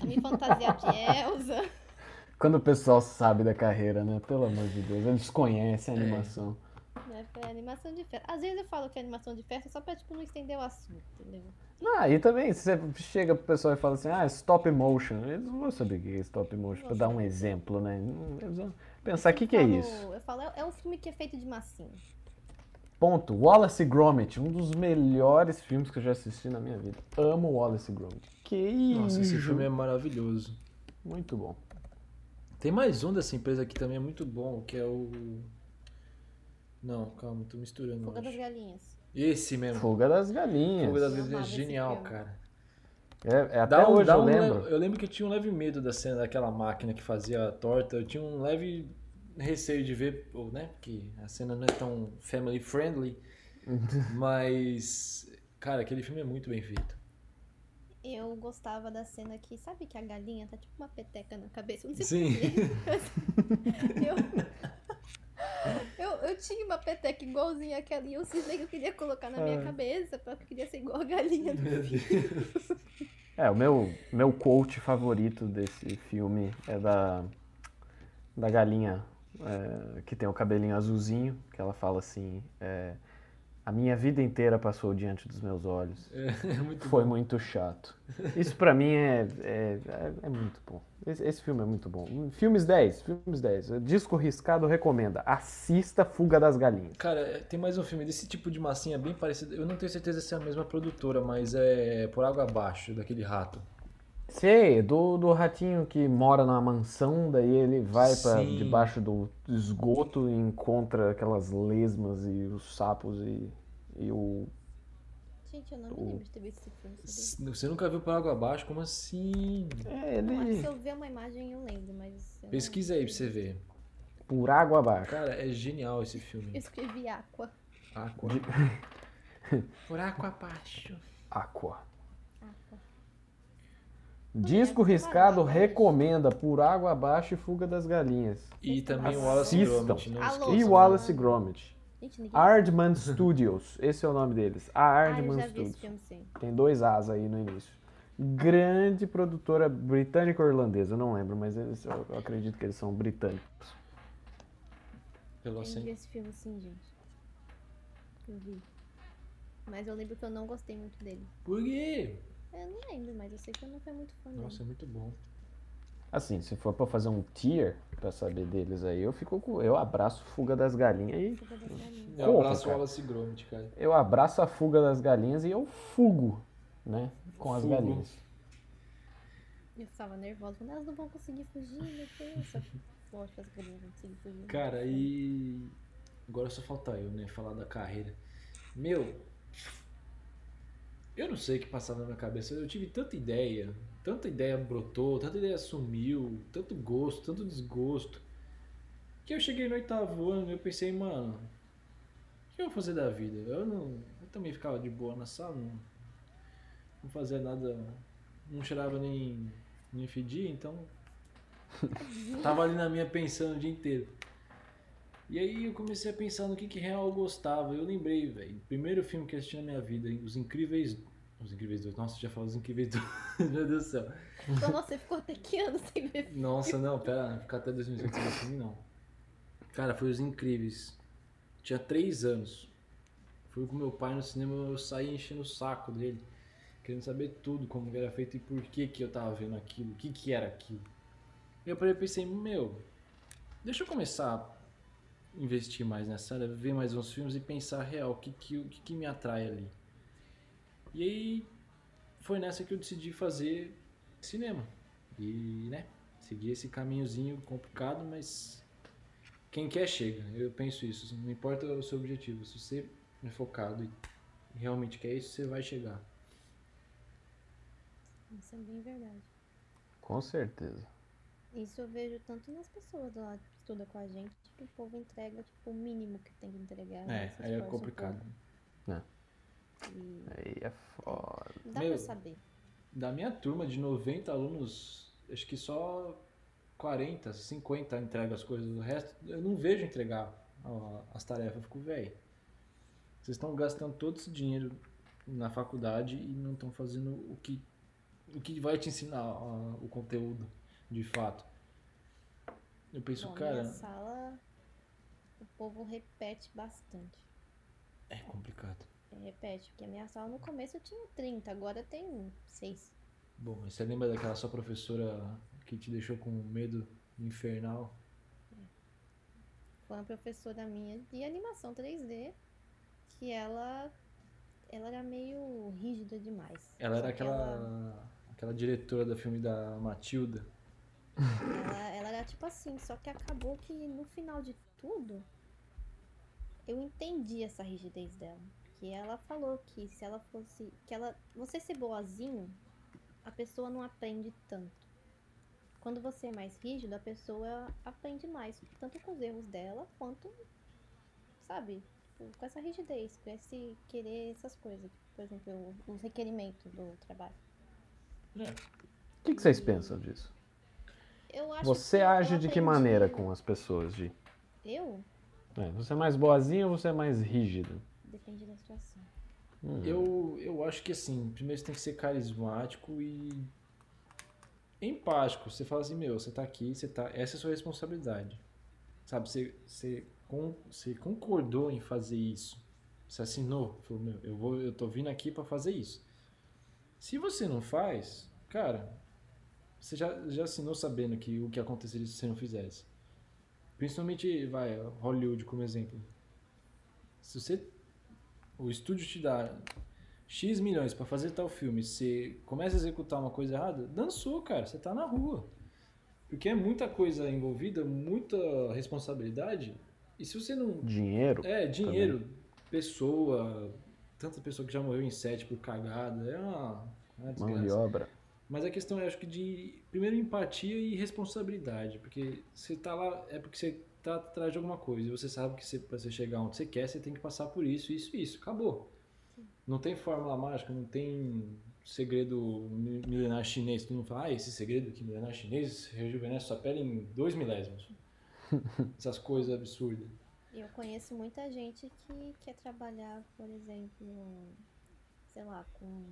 E: a me fantasiar de Elsa.
C: Quando o pessoal sabe da carreira, né? Pelo amor de Deus, eles conhecem a
F: É.
C: animação.
E: Né? É animação de festa. Às vezes eu falo que é animação de festa só pra tipo, não estender o assunto, entendeu?
C: Ah, e também, se você chega pro pessoal e fala assim, ah, stop motion. Eles não vão saber o que é stop motion, pra dar um exemplo, né? Não- Eles vão pensar, o que, que é
E: falo-
C: isso?
E: Eu falo, é, é um filme que é feito de massinha.
C: Ponto. Wallace e Gromit, um dos melhores filmes que eu já assisti na minha vida. Amo Wallace e Gromit. Que isso!
F: Nossa, esse filme é maravilhoso.
C: Muito bom.
F: Tem mais um dessa empresa que também é muito bom, que é o. Não, calma, tô misturando.
E: Fuga
F: eu
E: das
F: acho.
E: Galinhas.
F: Esse mesmo. Fuga,
C: Fuga das Galinhas.
F: das
E: Eu amava
F: Galinhas é
E: esse
F: genial,
E: filme.
F: cara.
C: É, é até
F: Dá um-
C: hoje
F: dá
C: eu
F: um le-
C: lembro.
F: eu lembro que eu tinha um leve medo da cena daquela máquina que fazia a torta. Eu tinha um leve receio de ver, ou, né? Porque a cena não é tão family friendly. mas, cara, aquele filme é muito bem feito.
E: Eu gostava da cena que, sabe que a galinha tá tipo uma peteca na cabeça? Eu Não sei
F: Sim.
E: Eu... Eu, eu tinha uma peteca igualzinha àquela e eu cismei que eu queria colocar na minha cabeça, porque eu queria ser igual a galinha.
C: É, o meu, meu quote favorito desse filme é da, da galinha é, que tem o cabelinho azulzinho, que ela fala assim: é, A minha vida inteira passou diante dos meus olhos.
F: é muito
C: Foi muito chato. Isso pra mim é, é, é- é muito bom. Esse, esse filme é muito bom. Hum, Filmes 10, filmes 10. Disco riscado recomenda. Assista Fuga das Galinhas.
F: Cara, tem mais um filme desse tipo de massinha bem parecido. Eu não tenho certeza se é a mesma produtora, mas é Por Água Abaixo, daquele rato.
C: Sei, do, do ratinho que mora numa mansão, daí ele vai pra
F: Sim.
C: debaixo do esgoto e encontra aquelas lesmas e os sapos e, e o.
E: Gente, eu não me lembro de ter visto esse filme. sabia?
F: S- Você nunca viu Por Água Abaixo? Como assim?
C: É,
E: Não, é que
C: ele.
E: se eu ver uma imagem eu lembro, mas. eu não-
F: Pesquisa aí pra você ver.
C: Por água abaixo.
F: Cara, é genial esse
E: Eu
F: filme. Ah,
E: escrevi Aqua.
F: Aqua. Por Água Abaixo.
C: Aqua.
E: Aqua.
C: Disco
E: Por Água
C: riscado
E: Abaixo.
C: recomenda Por Água Abaixo e Fuga das Galinhas.
F: E também
C: Assistam.
F: o Wallace e Gromit. né? Não
E: Alô.
C: E
F: esqueçam.
C: Wallace Gromit.
E: Gente, ninguém.
C: Ardman Studios, esse é o nome deles. A
E: ah, eu
C: Ardman
E: já vi esse
C: Studios.
E: filme sim.
C: Tem dois As aí no início. Grande produtora britânica ou irlandesa, eu não lembro, mas eles- eu, eu acredito que eles são britânicos.
F: Pelo
E: Eu vi
F: acento.
E: esse filme sim, gente. Eu vi. Mas eu lembro que eu não gostei muito dele.
F: Por quê?
E: Eu não lembro, mas eu sei que eu não fui muito fã dele.
F: Nossa, é muito bom.
C: Assim, se for pra fazer um tier pra saber deles aí, eu fico com. Eu abraço Fuga das Galinhas e.
E: Fuga das Galinhas.
F: Eu
C: Pô,
F: abraço o
C: cara.
F: Wallace e Gromit, cara.
C: Eu abraço a Fuga das Galinhas e eu fugo, né? Com as
F: Fugo.
C: galinhas.
E: Eu ficava nervosa, falando, elas não vão conseguir fugir, meu Deus. Só que, Poxa, as galinhas vão conseguir fugir.
F: Cara, e. Agora só falta eu, né? Falar da carreira. Meu. Eu não sei o que passava na minha cabeça. Eu tive tanta ideia. Tanta ideia brotou, tanta ideia sumiu, tanto gosto, tanto desgosto. Que eu cheguei no oitavo ano e eu pensei, mano. O que eu vou fazer da vida? Eu não. Eu também ficava de boa na sala. Não, não fazia nada, não cheirava nem, nem fedia, então tava ali na minha pensando o dia inteiro. E aí eu comecei a pensar no que que real eu gostava. Eu lembrei, velho, o primeiro filme que eu assisti na minha vida, hein, Os Incríveis... Os Incríveis 2, nossa, já falei Os Incríveis 2, meu Deus do céu.
E: Então, nossa, você ficou até que ano sem ver
F: Nossa, não, pera, ficar até 2020 sem filme, não. Cara, foi Os Incríveis. Tinha três anos. Fui com meu pai no cinema, eu saí enchendo o saco dele. Querendo saber tudo, como que era feito e por que que eu tava vendo aquilo, o que que era aquilo. E eu parei e pensei, meu, deixa eu começar a investir mais nessa área, ver mais uns filmes e pensar real, o que que, o que que me atrai ali. E aí, foi nessa que eu decidi fazer cinema. E, né, seguir esse caminhozinho complicado, mas quem quer chega. Eu penso isso. assim, Não importa o seu objetivo, se você é focado e realmente quer isso, você vai chegar.
E: Isso é bem verdade.
I: Com certeza.
E: Isso eu vejo tanto nas pessoas lá que estudam com a gente, que o povo entrega tipo, o mínimo que tem que entregar. né? Se
F: aí é
E: esforça um
F: complicado.
E: pouco. E
I: Aí é foda.
E: não dá
F: Meu.
E: pra saber.
F: Da minha turma de 90 alunos, acho que só 40, 50 entrega as coisas. O resto, eu não vejo entregar ó, as tarefas. Eu fico, velho, vocês estão gastando todo esse dinheiro na faculdade e não estão fazendo o que, o que vai te ensinar ó, o conteúdo, de fato. Eu penso,
E: Bom,
F: cara,
E: na minha sala, o povo repete bastante.
F: é complicado.
E: Repete, porque a minha sala no começo eu tinha 30, agora tem 6.
F: Bom, mas você lembra daquela sua professora que te deixou com medo infernal?
E: Foi uma professora minha de animação 3D, que ela, ela era meio rígida demais.
F: Ela era
E: Só que ela-
F: aquela, aquela diretora do filme da Matilda.
E: Ela, ela era tipo assim, só que acabou que no final de tudo, eu entendi essa rigidez dela. Que ela falou que se ela fosse. Que ela. Você ser boazinho, a pessoa não aprende tanto. Quando você é mais rígido, a pessoa aprende mais. Tanto com os erros dela, quanto. Sabe? Com com essa rigidez, com esse querer essas coisas. tipo, Por exemplo, o- os requerimentos do trabalho.
I: O que, que vocês pensam disso?
E: Eu acho
I: Você
E: que eu
I: age de que
E: aprendi-
I: maneira com as pessoas, Gi?
E: Eu?
I: É, você é mais boazinho ou você é mais rígido?
E: Depende da situação.
I: Hum.
F: Eu, eu acho que assim, primeiro você tem que ser carismático e empático. Você fala assim, meu, você tá aqui, você tá. Essa é a sua responsabilidade. Sabe, você, você, con- você concordou em fazer isso. Você assinou, falou, meu, eu, vou, eu tô vindo aqui pra fazer isso. Se você não faz, cara, você já, já assinou sabendo que o que aconteceria se você não fizesse. Principalmente, vai, Hollywood como exemplo. Se você o estúdio te dá X milhões pra fazer tal filme, você começa a executar uma coisa errada, dançou, cara, você tá na rua. Porque é muita coisa envolvida, muita responsabilidade, e se você não
I: Dinheiro?
F: é, dinheiro, pessoa, tanta pessoa que já morreu em sete por cagada, é uma, uma
I: Mão de
F: desgraça.
I: obra?
F: Mas a questão é, acho que de, primeiro, empatia e responsabilidade, porque você tá lá, é porque você tá atrás de alguma coisa, e você sabe que você, pra você chegar onde você quer, você tem que passar por isso, isso e isso, acabou. Não tem fórmula mágica, não tem segredo mi- milenar chinês, todo mundo fala, ah, esse segredo que milenar chinês rejuvenesce sua pele em dois milésimos. Essas coisas absurdas.
E: Eu conheço muita gente que quer trabalhar, por exemplo, sei lá, com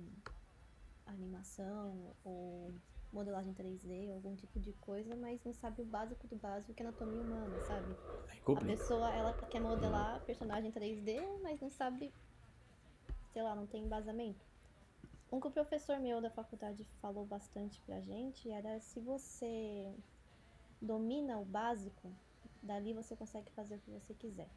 E: animação ou modelagem 3D, algum tipo de coisa, mas não sabe o básico do básico que é anatomia humana, sabe?
F: É
E: A pessoa, ela quer modelar personagem 3D, mas não sabe, sei lá, não tem embasamento. Um que o professor meu da faculdade falou bastante pra gente era se você domina o básico, dali você consegue fazer o que você quiser.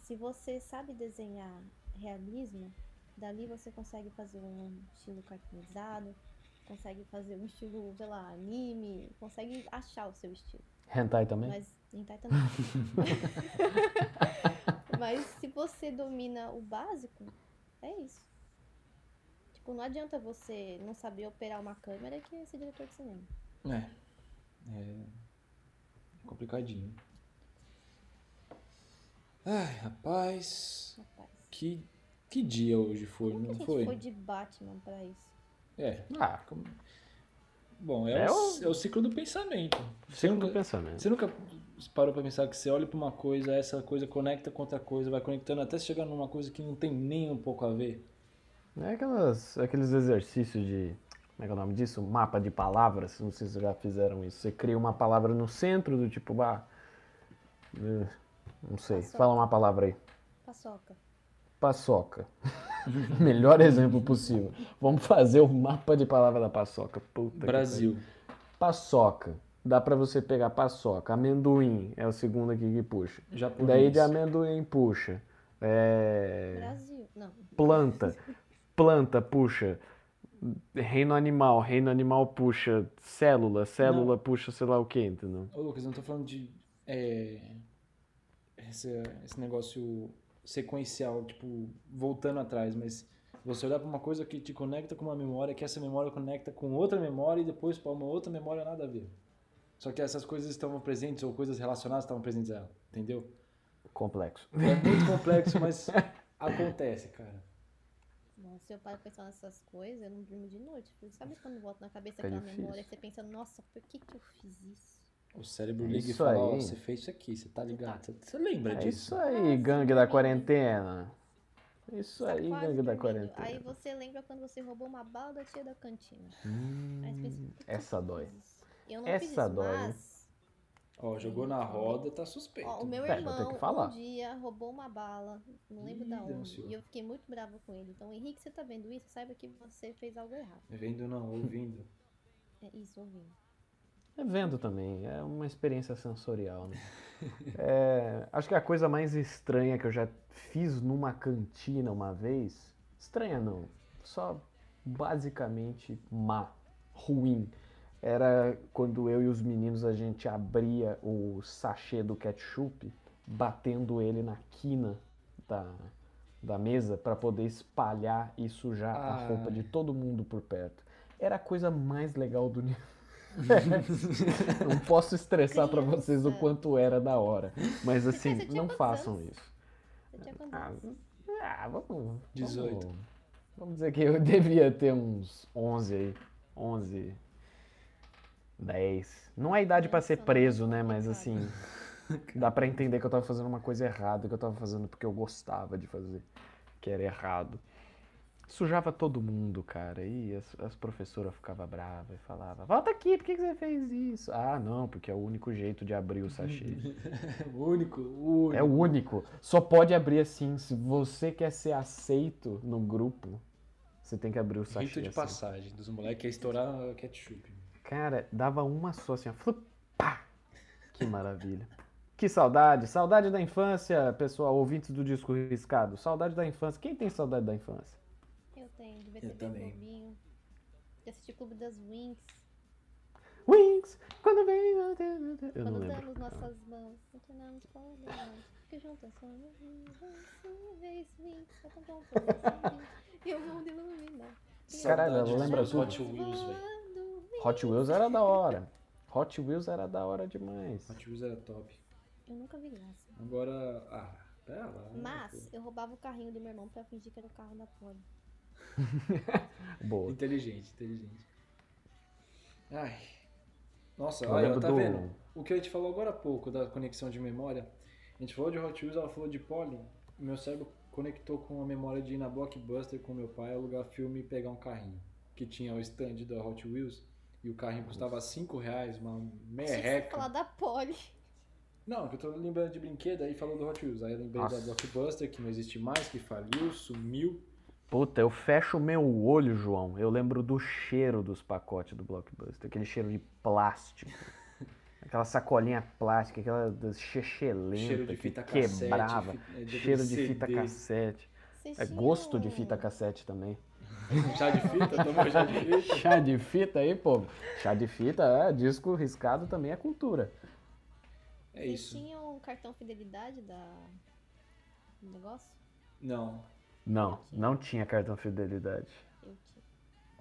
E: Se você sabe desenhar realismo, dali você consegue fazer um estilo cartoonizado, consegue fazer um estilo, sei lá, anime, consegue achar o seu estilo.
I: Hentai
F: Né?
I: também?
E: Mas hentai também. Mas se você domina o básico, é isso. Tipo, não adianta você não saber operar uma câmera que é ser diretor de cinema.
F: É. É complicadinho. Ai, rapaz.
E: Rapaz.
F: Que, que dia hoje foi,
E: Como que a
F: não
E: gente
F: foi?
E: foi de Batman pra isso?
F: É.
C: Ah,
F: como- Bom, é,
C: É
F: o, é o ciclo do pensamento. Você
C: ciclo do
F: nunca,
C: pensamento.
F: você nunca parou pra pensar que você olha pra uma coisa, essa coisa conecta com outra coisa, vai conectando até chegar numa coisa que não tem nem um pouco a ver?
C: É aquelas, aqueles exercícios de. Como é que é o nome disso? Mapa de palavras. Não sei se vocês já fizeram isso. Você cria uma palavra no centro do tipo. Ah, eh, não sei.
E: Paçoca.
C: Fala uma palavra aí.
E: Paçoca.
C: Paçoca. Melhor exemplo possível. Vamos fazer o mapa de palavra da paçoca. Puta que
F: Brasil.
C: pariu. Paçoca. Dá pra você pegar paçoca. Amendoim é o segundo aqui que puxa.
F: Japonês.
C: Daí de amendoim puxa. É...
E: Brasil. Não.
C: planta, planta puxa, reino animal, reino animal puxa célula, célula puxa sei lá o que, entendeu?
F: Ô, Lucas, eu não tô falando de. é, esse, esse negócio sequencial, tipo, voltando atrás, mas você olhar pra uma coisa que te conecta com uma memória, que essa memória conecta com outra memória e depois pra uma outra memória nada a ver. Só que essas coisas estavam presentes ou coisas relacionadas estavam presentes a ela, entendeu?
C: Complexo.
F: É muito complexo, mas acontece, cara.
E: Bom, se eu paro pra pensar nessas coisas, eu não durmo de noite. Porque Sabe quando volta na cabeça
C: Fica
E: aquela
C: difícil.
E: memória que você pensa, nossa, por que que eu fiz isso?
F: O cérebro
C: É
F: liga e
C: isso
F: fala, ó,
C: aí.
F: você fez isso aqui, você tá ligado. Você, você lembra
C: É
F: disso?
C: isso aí, gangue da quarentena. Isso
E: Ah, Tá
C: aí,
E: quase
C: gangue da
E: dormindo. Aí
C: quarentena.
E: você lembra quando você roubou uma bala da tia da cantina. Aí você pensa,
C: Hum,
E: por que
C: essa
E: que eu
C: dói.
E: fiz isso? Eu não fiz
C: Essa
E: isso,
C: dói, hein?
E: mas...
F: Ó, jogou na roda, tá suspeito.
E: Ó, o meu
C: Pera, eu tenho
E: irmão,
C: que falar.
E: um dia, roubou uma bala, não lembro
F: Ih,
E: da
F: deu um
E: onde,
F: senhor.
E: e eu fiquei muito brava com ele. Então, Henrique, você tá vendo isso, saiba que você fez algo errado.
F: Vendo não, ouvindo.
E: É isso, ouvindo.
C: É vendo também, é uma experiência sensorial. Né? É, acho que a coisa mais estranha que eu já fiz numa cantina uma vez, estranha não, só basicamente má, ruim, era quando eu e os meninos a gente abria o sachê do ketchup, batendo ele na quina da, da mesa para poder espalhar e sujar a roupa de todo mundo por perto. Era a coisa mais legal do não posso estressar pra vocês o
E: Criança.
C: quanto era da hora. Mas assim,
E: Você tinha
C: não
E: quantos
C: façam
E: anos?
C: isso.
E: Você tinha quantos
C: Ah,
E: anos?
C: ah, vamos.
F: 18.
C: Vamos, vamos dizer que eu devia ter uns 11 aí. 11. 10. Não é idade pra
E: Nossa,
C: ser
E: não,
C: preso, né? Mas assim,
E: complicado.
C: dá pra entender que eu tava fazendo uma coisa errada, que eu tava fazendo porque eu gostava de fazer, que era errado. Sujava todo mundo, cara. E as, as professoras ficavam bravas e falavam: Volta aqui, por que, que você fez isso? Ah, não, porque é o único jeito de abrir o sachê.
F: É O único, o único.
C: É o único. Só pode abrir assim. Se você quer ser aceito no grupo, você tem que abrir o sachê.
F: Rito de
C: assim.
F: passagem dos moleques é estourar ketchup.
C: Cara, dava uma só assim, ó. Flup, pá. Que maravilha. Que saudade. Saudade da infância, pessoal, ouvintes do disco riscado. Saudade da infância. Quem tem saudade da infância?
E: Eu tenho, devia ter bem
F: também.
E: bobinho. De assistir Clube das Wings,
C: Wings, quando vem. Eu não
E: quando
C: lembro.
E: damos nossas mãos, não tornamos poderosas, que juntas somos invencíveis, Wings, só tão bom pra você, e o mundo ilumina.
C: Caralho,
F: Saudade
C: ela lembra
F: dos
C: tudo.
F: Hot Wheels, velho.
E: Voando.
C: Hot Wheels era da hora. Hot Wheels era da hora demais.
F: Hot Wheels era top.
E: Eu nunca vi graça.
F: Agora, ah, pera lá. né,
E: Mas eu roubava o carrinho do meu irmão pra fingir que era o carro da Poli.
F: pô.
C: Boa.
F: Inteligente, inteligente. Ai. Nossa,
C: Eu
F: olha,
C: lembro
F: tá
C: do-
F: vendo? O que eu te falou agora há pouco da conexão de memória. A gente falou de Hot Wheels, ela falou de Polly. Meu cérebro conectou com a memória de ir na Blockbuster com meu pai, alugar filme e pegar um carrinho. Que tinha o stand da Hot Wheels. E o carrinho custava 5 reais, uma
E: Tinha que
F: merreca.
E: falar da Poli.
F: Não, que eu tô lembrando de brinquedo, aí falou do Hot Wheels. Aí eu lembrei
C: Nossa.
F: da Blockbuster, que não existe mais, que faliu, sumiu.
C: Puta, eu fecho o meu olho, João. Eu lembro do cheiro dos pacotes do Blockbuster, aquele cheiro de plástico. Aquela sacolinha plástica, aquela das chechelenta
F: cheiro de
C: que
F: fita cassete.
C: quebrava.
F: fi- é,
C: cheiro de fita
F: CD.
C: cassete.
E: Vocês
C: É
E: tinham-
C: gosto de fita cassete também.
F: Chá de fita? Tomou chá de fita?
C: Chá de fita aí, povo. Chá de fita, é, disco riscado também é cultura.
F: É
E: Vocês
F: isso.
E: tinham um cartão fidelidade da... do negócio?
F: Não.
C: Não, não tinha cartão fidelidade.
E: Eu tinha.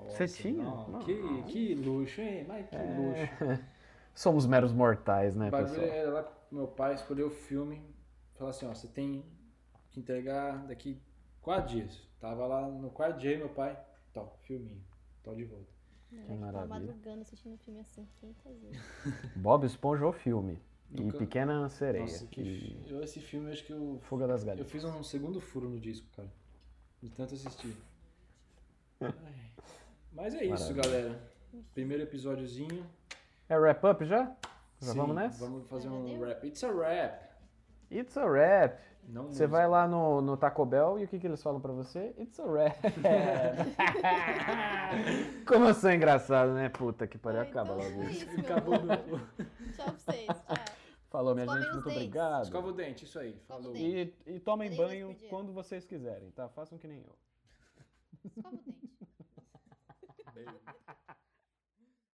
F: Nossa,
C: tinha?
F: não.
C: Não.
F: Que, que luxo, hein? Mas que luxo.
C: Somos meros mortais,
F: O
C: né,
F: bagulho é-
C: pessoal?
F: era lá com meu pai escolher o filme. Falar assim, ó, você tem que entregar daqui quatro dias. Tava lá no quarto dia, meu pai. Tom, filminho. hospital de volta.
E: Moleque tipo, tava
C: maravilha.
E: madrugando assistindo um filme assim 500 vezes.
C: Bob Esponja ou filme. E
F: Nunca-
C: Pequena Sereia.
F: Nossa, que
C: e
F: fi- eu, esse filme acho que eu.
C: Fuga das
F: Eu
C: Galinhas.
F: fiz um segundo furo no disco, cara. De tanto assistir. Ai. Mas é isso, galera. Primeiro episódiozinho.
C: É wrap up já? Já
F: Sim,
C: vamos nessa?
F: Vamos fazer um
E: Entendeu?
F: rap. It's a rap.
C: It's a wrap.
F: Não
C: Você
F: música.
C: vai lá no, no Taco Bell e o que, que eles falam pra você? It's a wrap. É. Como eu sou engraçado, né? Puta que pariu,
E: Ah, então
C: acaba logo
E: foi
C: isso.
E: isso, meu
F: Acabou
E: amor.
F: meu.
E: Tchau pra vocês. Tchau.
C: Falou, minha
E: Escovem
C: gente,
E: os
C: muito
E: dentes.
C: obrigado.
F: Escova o dente, isso aí.
E: Escova o
F: Falou.
E: dente.
C: E, e tomem
E: Três vezes
C: banho
E: por dia.
C: quando vocês quiserem, tá? Façam que nem eu.
E: Escova o dente.
F: Beijo.